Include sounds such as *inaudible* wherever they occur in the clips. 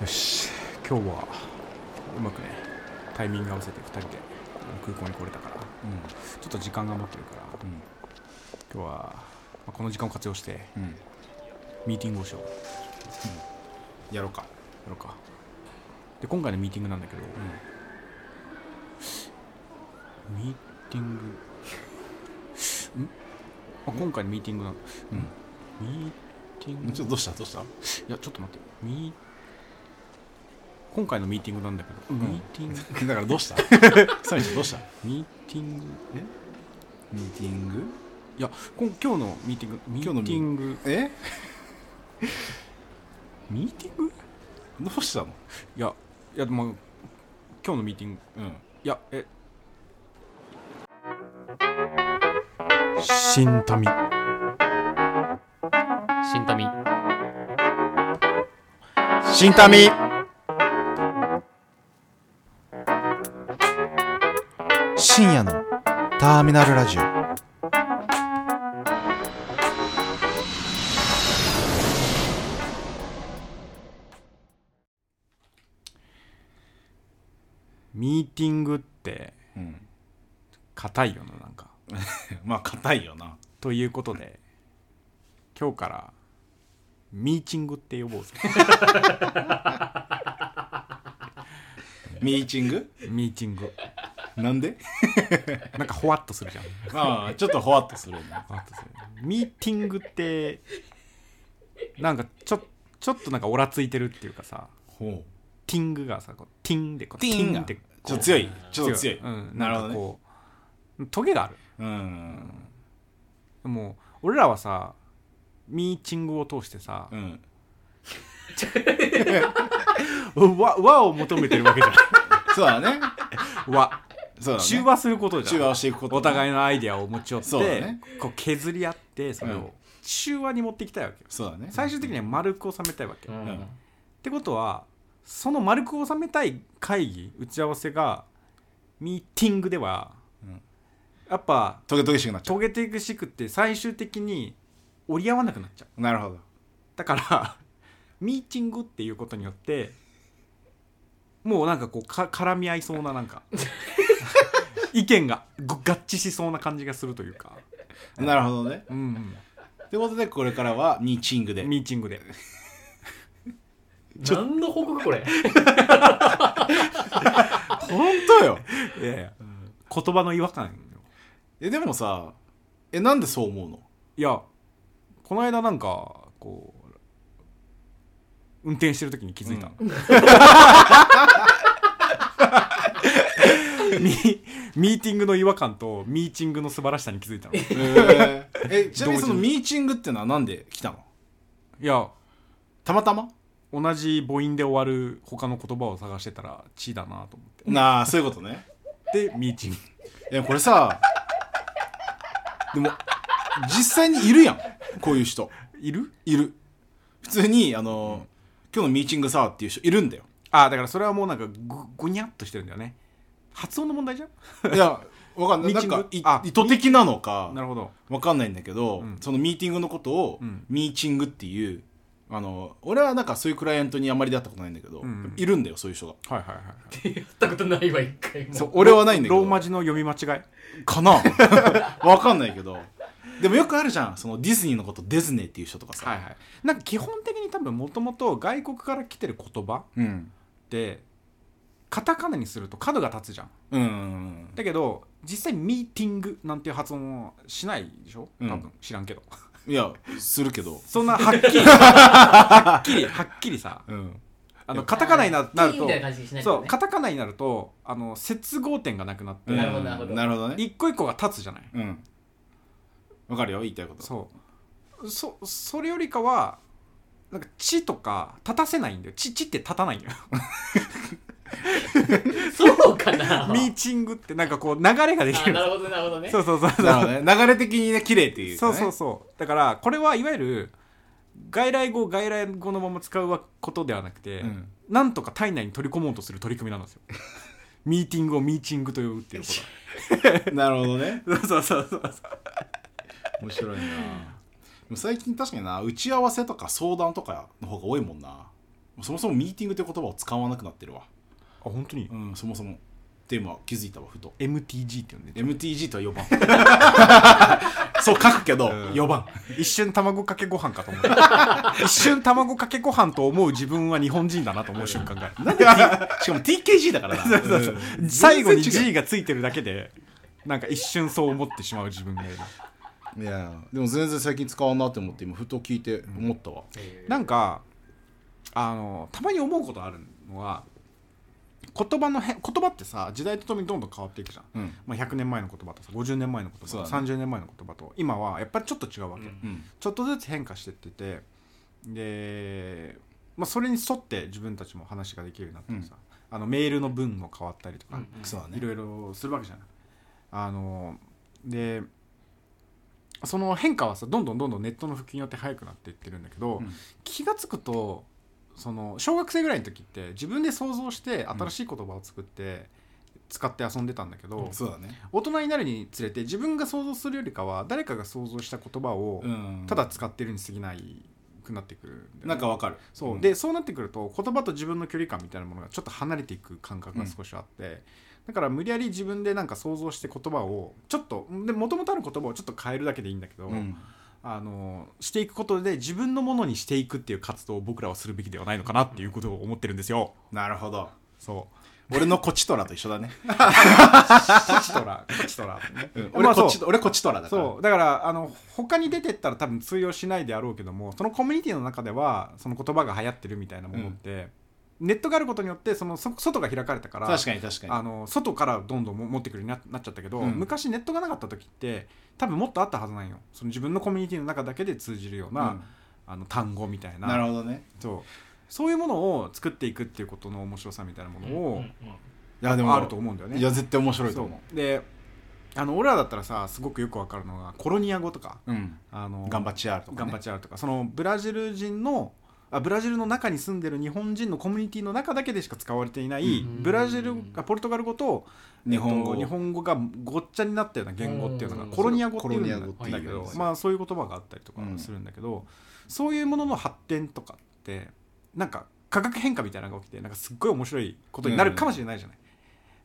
よし今日はうまくねタイミング合わせて2人で空港に来れたからうちょっと時間が持ってるからん今日は、まあこの時間を活用してうんうんミーティングをしようややろうかろうかで今回のミーティングなんだけど、ミーティ *laughs* ングんあ今回のミーティングなうんミーティングちょっとどうしたどうしたいやちょっと待ってミー今回のミーティングなんだけど、ミーティング *laughs* だからどうした *laughs* サミちゃんどうしたミーティングミーティングいやこん今日のミーティングミ日のミーティングえミーティングどうしたのいやいやでも今日のミーティングうんいやえ新民新民新民深夜のターミナルラジオミーティングってうん *laughs* 硬いよななんかまあ硬いよなということで今日からミーチングって呼ぼ *laughs* うぜミーティングミーチングなんでなんかほわっとするじゃんまあちょっとほわっとするよねほわっとするミーティングってなんかちょちょっとなんかおらついてるっていうかさほティングがさこうティンでこううティンっがてこうちょっと強いちょっと強いうん、ななるるほほどねどねトゲがあるうんでも俺らはさミーチングを通してさう、ん和和を求めてるわけじゃそうだねん和そうだね中和することじゃん中和をしていくことお互いのアイデアを持ち寄ってそうだねこう削り合ってそれうんを中和に持っていきたいわけよそうだね最終的には丸く収めたいわけ、うっんんてことはその丸く収めたい会議打ち合わせがミーティングでは、うんやっぱトゲトゲしくなっちゃ遂げていくしくって最終的に折り合わなくなっちゃううなるほどだから *laughs* ミーティングっていうことによってもうなんかこうか絡み合いそうな *laughs* なんか意見がご合致しそうな感じがするというか、なるほどねうんってことでこれからはミーティングでミーティングで何の報告これ *laughs* 本当よいやいや言葉の違和感よえでもさえなんでそう思うのいやこの間なんかこう運転してる時に気づいた、 *laughs* ミミーティングの違和感とミーティングの素晴らしさに気づいたのい *laughs* ええちなみにその同ミーティングってのはなんで来たのやたまたま同じ母音で終わる他の言葉を探してたら「地」だなと思っなあそういうことねてでミーティングえこれさでも実際にいるやんこういう人いるいる普通にあの、今日のミーティングさっていう人いるんだ *laughs* よああだからそれはもうなんかごごにゃっとしてるんだよね発音の問題じゃんいやわかんないミーティなんングかいあ意図的なのかなるほどわかんないんだけど、んそのミーティングのことを、うんミーティングっていうあの俺はなんかそういうクライアントにあまり出会ったことないんだけど、うんいるんだよそういう人がはいはいはいやったことないわ一回もそう俺はないんだけどローマ字の読み間違いかな *laughs* わかんないけどでもよくあるじゃんそのディズニーのことデズネーっていう人とかさ、はいはいなんか基本的に多分もともと外国から来てる言葉うんってカタカナにすると角が立つじゃんうんうんうんだけど実際ミーティングなんていう発音はしないでしょ多うん分知らんけど、いやするけどそんなはっきりはっきりはっきりさうんあのカタカナにななるいいみとたいな感じにしないとそねうカタカナになるとあの接合点がなくなっうんなてるほどなるほどなるほどね一個一個が立つじゃないうんわかるよ言いたいことそうそそれよりかはなんか「地」とか立たせないんだよ「地」地って立たないんだよ *laughs* そうか *laughs* なミーチングってなんかこう流れができあるなるほどなるほどねそうそうそうそうなるほどね流れ的にね綺麗っていう、ね、そうそうそうだからこれはいわゆる外来語を外来語のまま使うことではなくて、うんなんとか体内に取り込もうとする取り組みなんですよミーティングをミーチングと呼ぶっていうこなるほどねとだ *laughs* そうそうそうそう面白いなでも最近確かにな打ち合わせとか相談とかの方が多いもんなそもそもミーティングって言葉を使わなくなってるわ本当にうんそもそもって今気づいたわふと MTG って呼んでて MTG とは4番 *laughs* そう書くけど、ん4番一瞬卵かけご飯かと *laughs* 思う一瞬卵かけご飯と思う自分は日本人だなと思う瞬間があるしかも TKG だからなうん最後に全然違 G がついてるだけでなんか一瞬そう思ってしまう自分がいるういやでも全然最近使わんなって思って今ふと聞いて思ったわ、なんんかあのたまに思うことあるのは言葉のへ言葉ってさ時代とともにどんどん変わっていくじゃん、うんまあ、100年前の言葉とさ50年前の言そう葉とだね30年前の言葉と今はやっぱりちょっと違うわうけ、んうんちょっとずつ変化してっててで、まあ、それに沿って自分たちも話ができるようになってさ、あのメールの文も変わったりとか、うんそうだいろいろするわけじゃない。あのでその変化はさどんどんどんどんネットの普及によって早くなっていってるんだけど、うん気が付くとその小学生ぐらいの時って自分で想像して新しい言葉を作って、使って遊んでたんだけど、そうだね大人になるにつれて自分が想像するよりかは誰かが想像した言葉をうんただ使ってるに過ぎないくなってくるんだよねなんかわかるそう、んでそうなってくると言葉と自分の距離感みたいなものがちょっと離れていく感覚が少しあって、だから無理やり自分でなんか想像して言葉をちょっとで元々ある言葉をちょっと変えるだけでいいんだけど、うんあのしていくことで自分のものにしていくっていう活動を僕らはするべきではないのかなっていうことを思ってるんですよ。なるほど *laughs* そう俺のコチトラと一緒だね、コチトラコチトラ、ねうん、ま俺あそうコチト俺コチトラだからそうだからあの他に出てったら多分通用しないであろうけどもそのコミュニティの中ではその言葉が流行ってるみたいなものって、ネットがあることによってそのそ外が開かれたから確かに確かにあの外からどんどんも持ってくるようにななっちゃったけど、うん昔ネットがなかった時って多分もっとあったはずなんよその自分のコミュニティの中だけで通じるような、あの単語みたいうんななるほどねそうそういうものを作っていくっていうことの面白さみたいなものを、いやでもあると思うんだよね。いや絶対面白いとそ思うであの俺らだったらさすごくよくわかるのがコロニア語とかううんあのガンバチアールとか、ね、ガンバチャールとかそのブラジル人のあブラジルの中に住んでる日本人のコミュニティの中だけでしか使われていない、うんブラジルあポルトガル語と日本語、えっと日本語がごっちゃになったような言語っていうのがうんコロニア語っていうんだコロニア語っていうんだけどはいまあそういう言葉があったりとかするんだけど、そういうものの発展とかってなんか化学変化みたいなのが起きてなんかすっごい面白いことになるかもしれないじゃない、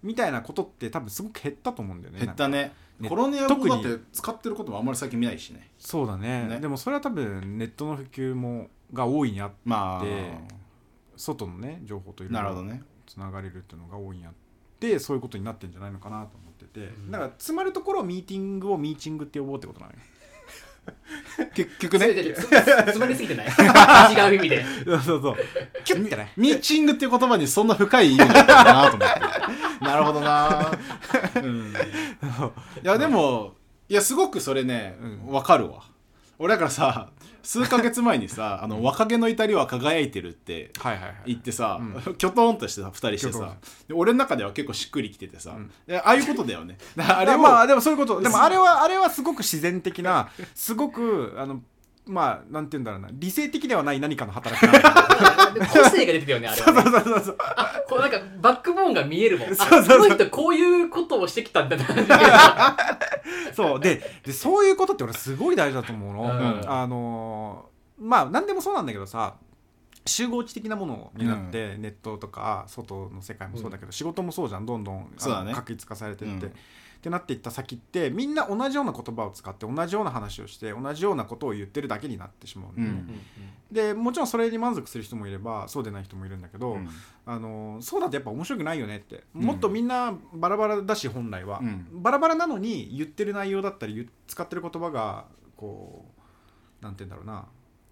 みたいなことって多分すごく減ったと思うんだよね減ったねねコロニア語だっ特て使ってることもあんまり最近見ないしねそうだねねでもそれは多分ネットの普及もが大いにあってまであ外のね情報といろいなるほろどねつながれるっていうのが多いんやってそういうことになってんじゃないのかなと思ってて、んだから詰まるところをミーティングをミーチングって呼ぼうってことなのよ結局それねでつつまり *laughs* すぎてない違う意味でそうそうそう *laughs* キュッてねミーチングっていう言葉にそんな深い意味があったなと *laughs* 思ってなるほどな、うん、いやでもいやすごくそれねうんわ、かるわ俺だからさ数ヶ月前にさ「あの若気の至りは輝いてる」ってはいはいはい行ってさ、うきょとんとしてさ2人してきょとさんで俺の中では結構しっくりきててさ、んでああいうことだよねだああれれを、まあでもそういうことでもあれはあれはすごく自然的なすごくあのまあなんて言うんだろうな理性的ではない何かの働きなんだで個性が出てたよねあれはねそうそうそうこうなんかバックボーンが見えるもんあこの人こういうことをしてきたんだな *laughs* っていうそうででそういうことって俺すごい大事だと思うの、うんあのーまあ何でもそうなんだけどさ集合地的なものになって、ネットとか外の世界もそうだけど、仕事もそうじゃんどんどんそうだね確一化されてって、うんってなっていった先ってみんな同じような言葉を使って同じような話をして同じようなことを言ってるだけになってしまうんだよね、でもちろんそれに満足する人もいればそうでない人もいるんだけど、うんあのそうだとやっぱ面白くないよねって、うんもっとみんなバラバラだし本来は、うんバラバラなのに言ってる内容だったり言っ使ってる言葉がこうなんて言うんだろうな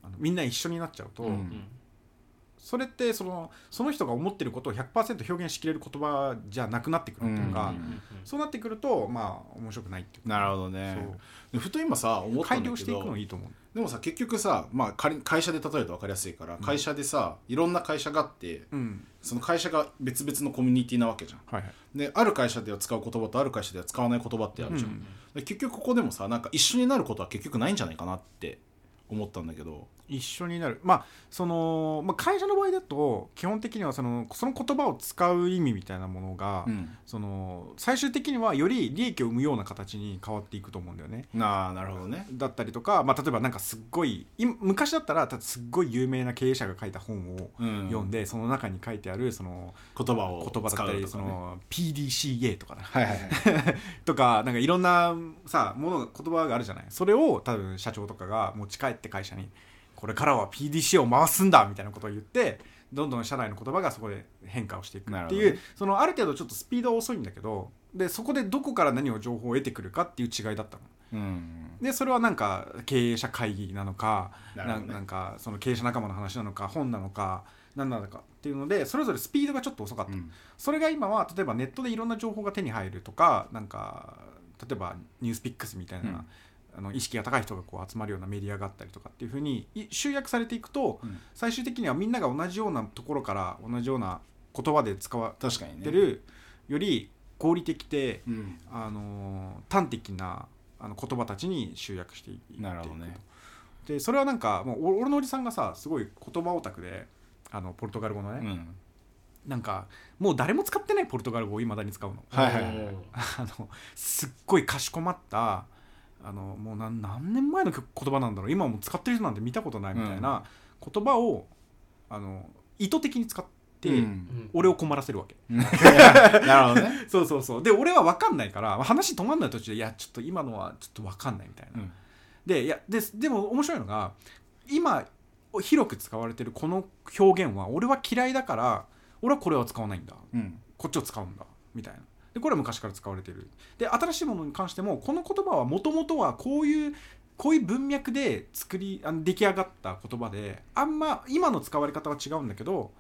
あのみんな一緒になっちゃうと、うんそれってそのその人が思ってることを100%表現しきれる言葉じゃなくなってくるっていうか、うんそうなってくるとまあ面白くないっていうかなるほどねそうでふと今さ思ったん改だ良けしていくのどいいと思う。でもさ結局さ、まあ、仮に会社で例えると分かりやすいから会社でさ、いろんな会社があってうんその会社が別々のコミュニティなわけじゃんはいはいである会社では使う言葉とある会社では使わない言葉ってあるじゃん、うんで結局ここでもさなんか一緒になることは結局ないんじゃないかなって思ったんだけど一緒になるまあその、まあ、会社の場合だと基本的にはそのその言葉を使う意味みたいなものが、うんその最終的にはより利益を生むような形に変わっていくと思うんだよね。ああなるほどねだったりとか、まあ、例えばなんかすっごい今昔だったらただすっごい有名な経営者が書いた本をうん読んで、その中に書いてあるその言葉を言葉だったり、使うとそかねの PDCA とかなはい *laughs* はいはいとかなんかいろんなさものが言葉があるじゃないそれを多分社長とかが持ち帰って会社にこれからは PDCA を回すんだみたいなことを言ってどんどん社内の言葉がそこで変化をしていくなるっほてどねいう、そのある程度ちょっとスピードは遅いんだけどでそこでどこから何を情報を得てくるかっていう違いだったの。うんでそれはなんか経営者会議なのかななるほどねなんかその経営者仲間の話なのか本なのか何なのかっていうのでそれぞれスピードがちょっと遅かった、うんそれが今は例えばネットでいろんな情報が手に入るとかなんか例えばニュースピックスみたいな、うんあの意識が高い人がこう集まるようなメディアがあったりとかっていうふうにい集約されていくと、うん最終的にはみんなが同じようなところから同じような言葉で使わ確かにねれてるより合理的でうんあのー端的なあの言葉たちに集約していっていくなるほどねでそれはなんかもうお俺のおじさんがさすごい言葉オタクであのポルトガル語のうね、んなんかもう誰も使ってないポルトガル語をいまだに使うの *laughs* はいはいはいうんあのすっごいかしこまったあのもう何何年前の言葉なんだろう今もう使ってる人なんて見たことないみたいな言葉を、あの意図的に使って、うん俺を困らせるわけ *laughs* なるほど *laughs* ねそうそうそうで俺は分かんないから話止まんない途中でいやちょっと今のはちょっと分かんないみたいな、うんでいやででも面白いのが今広く使われてるこの表現は俺は嫌いだから俺はこれは使わないんだうんこっちを使うんだみたいなでこれは昔から使われてるで新しいものに関してもこの言葉はもともとはこういうこういう文脈で作りあの出来上がった言葉であんま今の使われ方は違うんだけど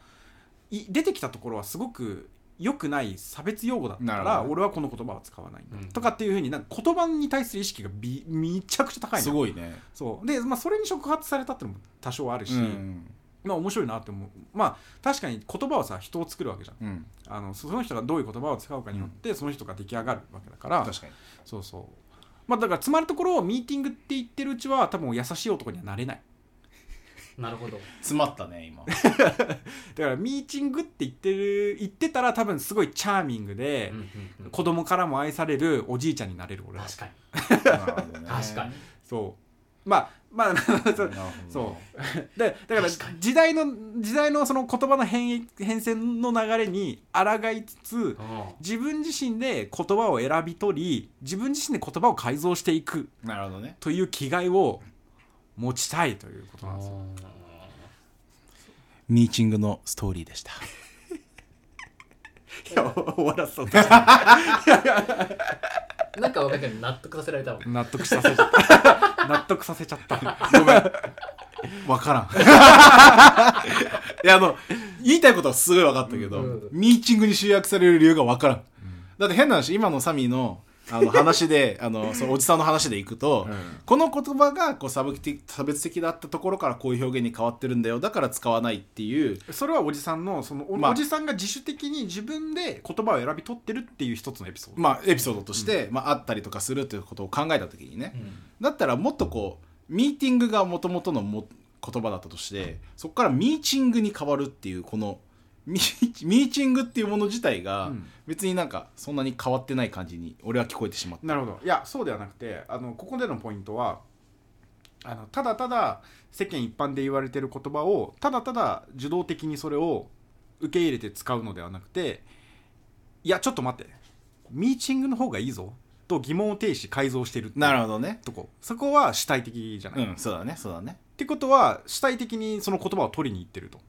い出てきたところはすごく良くない差別用語だったかなるらほど俺はこの言葉は使わないんだ、うんとかっていうふうになんか言葉に対する意識がびめちゃくちゃ高いのすごいねそうで、まあ、それに触発されたってのも多少あるし、うんまあ面白いなって思うまあ確かに言葉はさ人を作るわけじゃんうんあのその人がどういう言葉を使うかによって、その人が出来上がるわけだから確かにそうそうまあだからつまるところミーティングって言ってるうちは多分優しい男にはなれないなるほど詰まったね今だからミーティングって言ってる言ってたら多分すごいチャーミングで、うんうんうん子供からも愛されるおじいちゃんになれる俺は確か *laughs* になるほどね確かにそうまあまあ *laughs* そうなるほどねそうでだから確か時代の時代のその言葉の変変遷の流れに抗いつつう自分自身で言葉を選び取り自分自身で言葉を改造していくなるほどねという気概を持ちたいということなんですよ。んミーティングのストーリーで *laughs* した。いや終わらそうなんか若いけど納得させられたもん納得させちゃった。納得させちゃった。ごめん。 *laughs* わからん。いや、あの、言いたいことはすごい分かったけど、うんミーティングに集約される理由が分からん。だって変な話、今のサミーの、あの話で、あの、そのおじさんの話でいくと、うんこの言葉がこう差別的差別的だったところからこういう表現に変わってるんだよ。だから使わないっていう、それはおじさんのそのお,、まあじさんが自主的に自分で言葉を選び取ってるっていう一つのエピソード。まあ、エピソードとして、まあ、あったりとかするということを考えた時にね、だったらもっとこうミーティングがもともとのも言葉だったとしてそこからミーチングに変わるっていうこの *laughs* ミーミーチングっていうもの自体がうん別になんかそんなに変わってない感じに俺は聞こえてしまった。なるほどいやそうではなくてあのここでのポイントはあのただただ世間一般で言われてる言葉をただただ受動的にそれを受け入れて使うのではなくていやちょっと待ってミーチングの方がいいぞと疑問を呈し改造してるっていうなるほどね。とこそこは主体的じゃない、うっん、そうだね、そうだね。てことは主体的にその言葉を取りに行ってると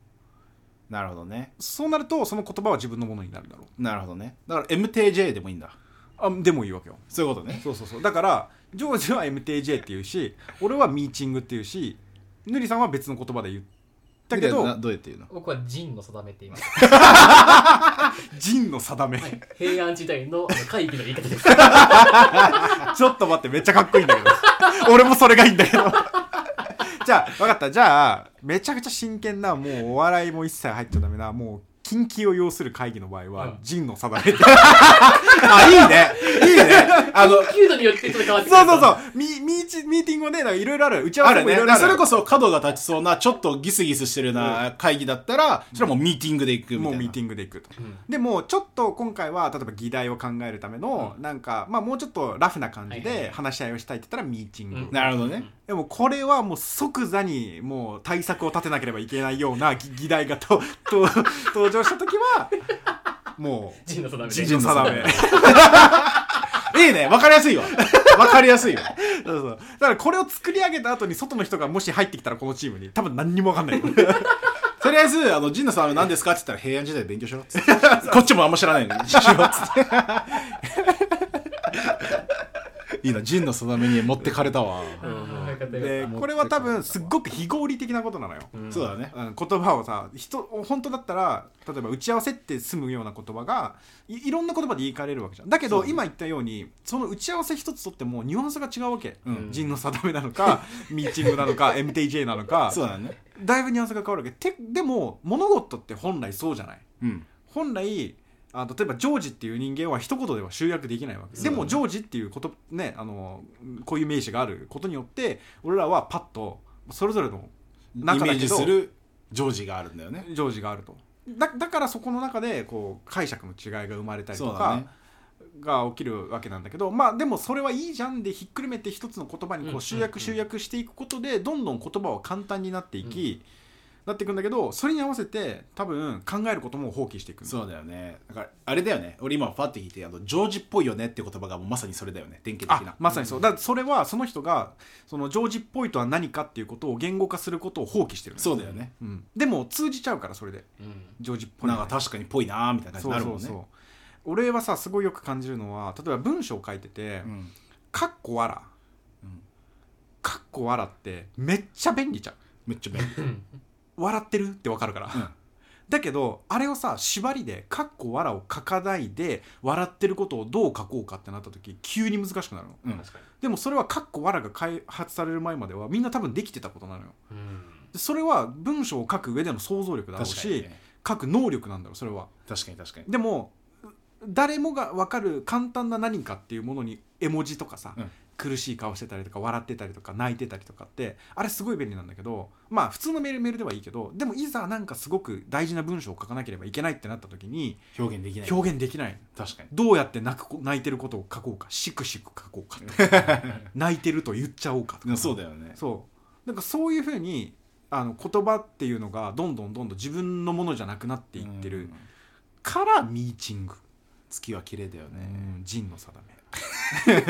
なるほどね。そうなるとその言葉は自分のものになるだろうなるほどね。だから MTJ でもいいんだ。あでもいいわけよそういうことね。そうそうそうだからジョージは MTJ っていうし俺はミーチングっていうしぬりさんは別の言葉で言ったけみたいなどどうやって言うの僕は仁の定めって言います人の定め、はい平安時代のあの会議の言い方です *laughs* ちょっと待ってめっちゃかっこいいんだけど *laughs* 俺もそれがいいんだけど *laughs* じゃあ分かったじゃあめちゃくちゃ真剣なもうお笑いも一切入っちゃダメなもう近畿を要する会議の場合は、うん陣の定めって *laughs* あいいねいいねあの級度によってちょっと変わってくそうそうう。そうミミーチミーティングもねなんかいろいろある打ち合わあせるもいねろいろあるそれこそ角が立ちそうなちょっとギスギスしてるな会議だったらそれはもうミーティングで行くみたいなもうミーティンィングでいくとうんでもちょっと今回は例えば議題を考えるための、うなんかまあもうちょっとラフな感じはいはいで話し合いをしたいって言ったらミーティング、うんなるほどねでもこれはもう即座にもう対策を立てなければいけないような議議題がとと登場した時はもう人の定め陣で。の定めいいねわかりやすいわわかりやすいわそうそうだからこれを作り上げた後に外の人がもし入ってきたらこのチームに多分何にも分かんないとりあえず、あの、陣野さんは何ですかって言ったら平安時代勉強し *laughs* ろっつって。こっちもあんま知らないの *laughs* に。しろっつって。いいな、陣の定めに持ってかれたわ。うんうんよかったよでかっこれは多分すっごく非合理的なことなのよ、たうんそうだね。うん言葉をさ人本当だったら例えば打ち合わせって済むような言葉がいいろんな言葉で言い換えれるわけじゃんだけど今言ったようにその打ち合わせ一つとってもニュアンスが違うわけ、うん人の定めなのかミーティングなのか MTJ なのかそうだね。だいぶニュアンスが変わるわけてでも物事って本来そうじゃないうん。本来あ例えばジョージっていう人間は一言では集約できないわけ、そうでだねもジョージっていうことねあのこういう名詞があることによって俺らはパッとそれぞれのイメ中だーけどジするジョージがあるんだよね。ジョージがあるとだだからそこの中でこう解釈の違いが生まれたりとそうだかね。が起きるわけなんだけど、まあでもそれはいいじゃんでひっくるめて一つの言葉にうんうこんうんう集約集約していくことでどんどん言葉は簡単になっていき、なっていくんだけどそれに合わせて多分考えることも放棄していくのそうだよね。だから、あれだよね。俺今パッて聞いて、あの、ジョージっぽいよねって言葉がもうまさにそれだよね。典型的あな。まさにそうだからそれはその人がそのジョージっぽいとは何かっていうことを言語化することを放棄してるのそうだよね。うん、でも通じちゃうからそれでうんジョージっぽいなのんはか確かにぽいなーみたいな感じそにうなるそもうんそう、ね。俺はさすごいよく感じるのは例えば文章を書いててうん「かっこわら」うん「かっこわら」ってめっちゃ便利じゃんめっちゃ便利。うん笑ってるってわかるから、うんだけどあれをさ縛りで「かっこわら」を書かないで笑ってることをどう書こうかってなった時急に難しくなるのうん確かでもそれは「かっこわら」が開発される前まではみんな多分できてたことなのよに。うんでそれは文章を書く上での想像力だろう確かにし、ね。書く能力なんだろうそれは確かに確かに。でも誰もが分かる簡単な何かっていうものに絵文字とかさ、うん苦しい顔してたりとか笑ってたりとか泣いてたりとかってあれすごい便利なんだけどまあ普通のメールメールではいいけどでもいざなんかすごく大事な文章を書かなければいけないってなった時に表現できない。表現できない確 *laughs* かに。どうやって泣くこ泣いてることを書こうかしくしく書こうかとか泣いてると言っちゃおうかとでもかそうだよね。そうなんかそういうふうにあの言葉っていうのがどんどんどんどん自分のものじゃなくなっていってうるんからミーチング月は綺麗だよね、うん、陣の定 *laughs* め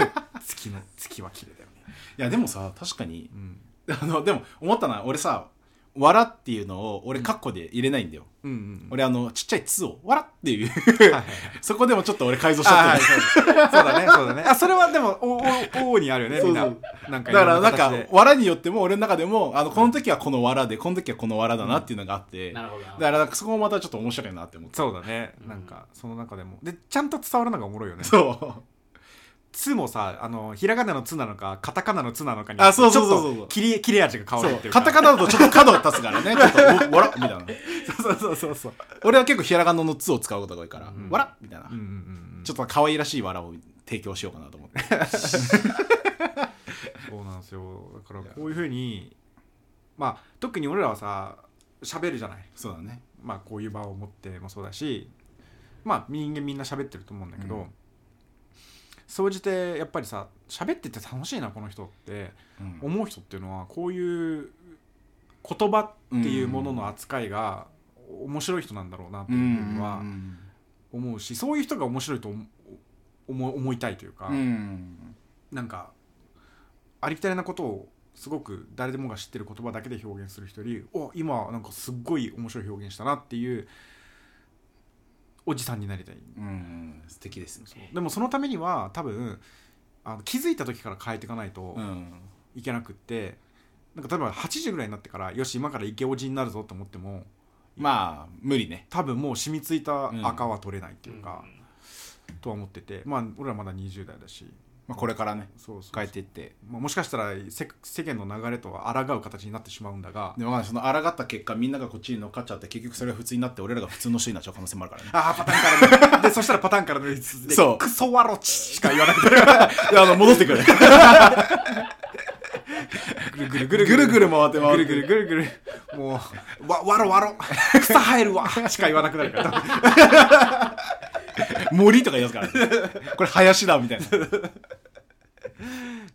月の月は綺麗だよね、いやでもさ確かに *laughs* うん、あのでも思ったな俺さ「笑」っていうのを俺カッコで入れないんだよ、うんうん俺あのちっちゃい「つ」を「笑」っていう *laughs* 俺はいはいそこでもちょっと俺改造しちゃはっいてる *laughs* そうだねそうだねあそれはでもおおおにあるよねみんなそうなんかだかいろらなんんな形かで「笑」によっても俺の中でもあのこの時はこの「笑」でこの時はこの「笑」だなっていうのがあって、なだるほどな。からなんかそこもまたちょっと面白いなって思ってそうだねうんなんかその中でもでちゃんと伝わるのがおもろいよねそう「つ」もさあのひらがなの「つ」なのかカタカナの「つ」なのかにあそうそうそうそうちょっと切り切れ味が変わそるうっていうかカタカナだとちょっと角を立つから *laughs* ねちょっと「お笑」みたいなそうそうそうそう俺は結構ひらがなの「つ」を使うことが多いから「ん笑」みたいな、うんうんうんちょっと可愛らしい「笑」を提供しようかなと思ってそうなんですよだからこういうふうにまあ特に俺らはさ喋るじゃないそうだねまあ、こういう場を持ってもそうだし、まあ、人間みんな喋ってると思うんだけうどん総じてやっぱりさ喋ってて楽しいなこの人ってうん思う人っていうのはこういう言葉っていうものの扱いが面白い人なんだろうなっていうふうには思うしそういう人が面白いと思思思いたいというか、うんなんかありきたりなことをすごく誰でもが知ってる言葉だけで表現する人よりお今なんかすっごい面白い表現したなっていうおじさんになりたいうん素敵ですねでもそのためには多分あの気づいた時から変えていかないとんいけなくって、なんか例えば80ぐらいになってからよし今からイケオジになるぞと思ってもまあ無理ね多分もう染みついた赤は取れないっていうか、とは思っててまあ俺らまだ20代だしまあ、これからねそうそう変えていってまあ、もしかしたら世世間の流れとは抗う形になってしまうんだがでもその抗った結果みんながこっちに乗っかっちゃって結局それが普通になって俺らが普通の人になっちゃう可能性もあるからねああパターンからねでそしたらパターンからねそうクソワロチしか言わないいやあの戻ってくるぐるぐるぐぐるぐるるぐる回って回ぐってるぐるぐるぐるもうわわろわろ草生えるわしか言わなくなるから森とか言いますからね、これ林だ *laughs* みたいない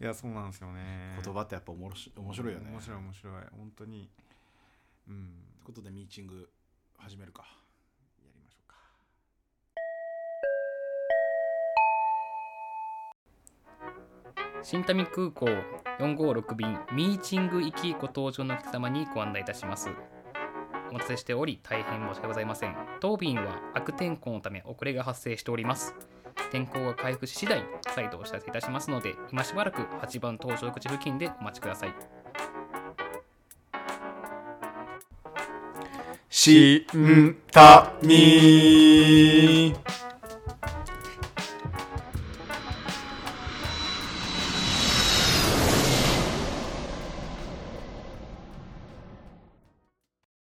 やそうなんですよね言葉ってやっぱおもろし面白いよね面白い面白い本当にうんということでミーティング始めるかやりましょうか新民空港456便ミーチング行きご搭乗のお客様にご案内いたしますお待たせしており大変申し訳ございません当便は悪天候のため遅れが発生しております天候が回復し次第再度お知らせいたしますので今しばらく8番搭乗口付近でお待ちくださいしんたみ